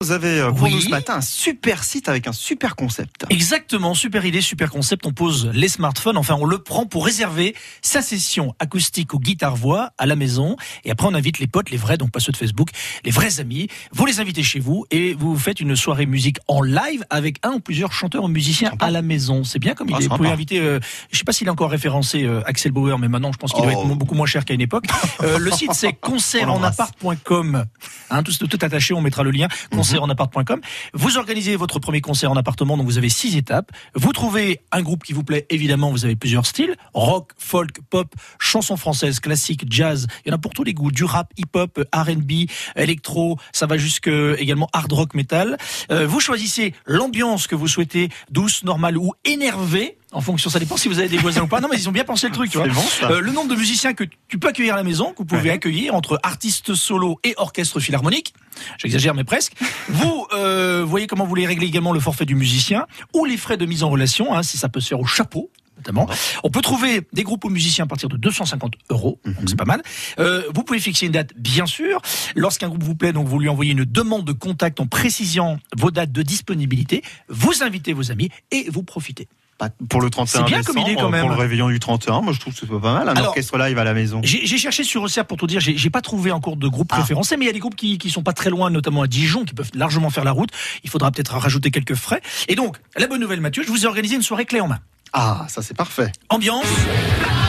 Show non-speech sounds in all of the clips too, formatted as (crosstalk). Vous avez euh, pour Oui. nous ce matin un super site avec un super concept. Exactement, super idée, super concept. On pose les smartphones, enfin on le prend pour réserver sa session acoustique ou guitare-voix à la maison. Et après on invite les potes, les vrais, donc pas ceux de Facebook, les vrais amis. Vous les invitez chez vous et vous faites une soirée musique en live avec un ou plusieurs chanteurs ou musiciens Sympa. à la maison. C'est bien comme Ah, idée. Vous sympa. pouvez inviter, euh, je sais pas s'il est encore référencé euh, Axel Bauer, mais maintenant je pense qu'il doit Oh. être mo- beaucoup moins cher qu'à une époque. Euh, le site c'est l'embrasse. concertenappart.com. Hein, tout, tout attaché, on mettra le lien. Concertenappart.com. Vous organisez votre premier concert en appartement, donc vous avez six étapes. Vous trouvez un groupe qui vous plaît, évidemment, vous avez plusieurs styles. Rock, folk, pop, chanson française, classique, jazz. Il y en a pour tous les goûts. Du rap, hip-hop, R&B, électro. Ça va jusque euh, également hard rock, metal. Euh, vous choisissez l'ambiance que vous souhaitez, douce, normale ou énervée. En fonction, ça dépend si vous avez des voisins ou pas. Non, mais ils ont bien pensé le truc, tu vois. C'est bon ça. Euh, le nombre de musiciens que tu peux accueillir à la maison, que vous pouvez accueillir entre artistes solo et orchestre philharmonique. J'exagère, mais presque. Vous euh, voyez comment vous voulez régler également le forfait du musicien ou les frais de mise en relation, hein, si ça peut se faire au chapeau. Notamment. On peut trouver des groupes ou musiciens à partir de 250 euros, donc c'est pas mal. Euh, vous pouvez fixer une date, bien sûr. Lorsqu'un groupe vous plaît, donc vous lui envoyez une demande de contact en précisant vos dates de disponibilité. Vous invitez vos amis et vous profitez. Pas- Pour le 31 bien décembre, comme idée, quand même. pour le réveillon du 31, moi je trouve que c'est pas mal, un Alors, orchestre live à la maison. J'ai j'ai cherché sur Auxerre pour tout dire, j'ai j'ai pas trouvé encore de groupe Ah. référencé, mais il y a des groupes qui, qui sont pas très loin, notamment à Dijon, qui peuvent largement faire la route. Il faudra peut-être rajouter quelques frais. Et donc, la bonne nouvelle, Mathieu, je vous ai organisé une soirée clé en main. Ah, ça c'est parfait. Ambiance,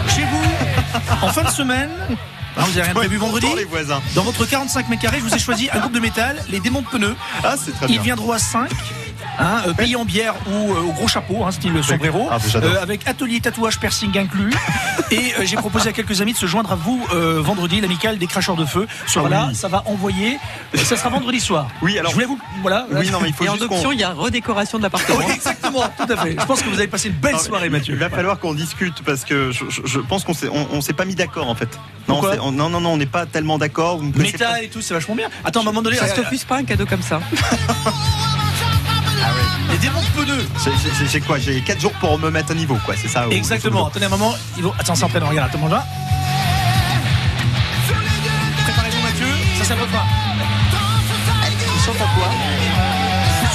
chez vous, en fin de semaine. Hein, vous avez rien prévu vendredi Pour les voisins. Dans votre 45 mètres carrés, je vous ai choisi un groupe de métal, les démons de pneus. Ah, c'est très Ils bien. viendront à 5. Hein, euh, payés en bière ou euh, au gros chapeau, hein, style sombrero, Ah, bah, j'adore. Euh, avec atelier tatouage (laughs) piercing inclus. Et euh, j'ai proposé à quelques amis de se joindre à vous euh, vendredi, l'amicale des cracheurs de feu. Ah Voilà, oui. ça va envoyer. euh, Ça sera vendredi soir. Oui, alors- Je voulais vous. Voilà. Oui, non, mais il faut Et en juste qu'on- option, il y a redécoration de l'appartement. Oui, exactement, tout à fait. Je pense que vous avez passé une belle Non, mais soirée, Mathieu. Il va falloir qu'on discute parce que je, je- je pense qu'on s'est, on, on s'est pas mis d'accord en fait. Non, on Pourquoi s'est- on- non, non, non, on n'est pas tellement d'accord. Vous me connaissez Métal et tout, c'est vachement bien. Attends, à un moment donné, Ça se regarde, Ah refuse pas un cadeau comme (laughs) ça. les démons de pneus. pas. J'ai- j'ai- j'ai- J'ai quoi J'ai 4 jours pour me mettre à niveau, quoi. C'est ça au- Exactement. au- Attendez un moment. Ils vont... Attends, c'est un prénom. Regarde, attends, on va. Préparez-vous, Mathieu. Ça, ça va pas. Ils chantent à quoi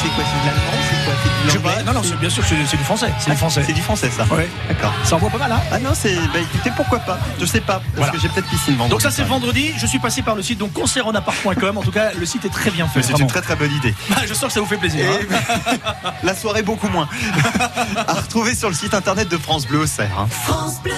C'est quoi C'est de l'allemand C'est quoi C'est du Je sais anglais pas. Non, non, c'est- bien sûr que c'est c'est du français. C'est Ah, du français. C'est du français, ça. Ouais. D'accord. Ça envoie pas mal, hein Ah non, c'est. Bah écoutez, pourquoi pas Je sais pas, parce Voilà. que j'ai peut-être piscine vendredi. Donc ça c'est vendredi, je suis passé par le site donc concertenappart.com. En tout cas, le site est très bien fait. Mais c'est vraiment. une très très bonne idée. Ah, je sens que ça vous fait plaisir. hein. (laughs) La soirée beaucoup moins. à retrouver sur le site internet de France Bleu Auxerre. hein. France Bleu.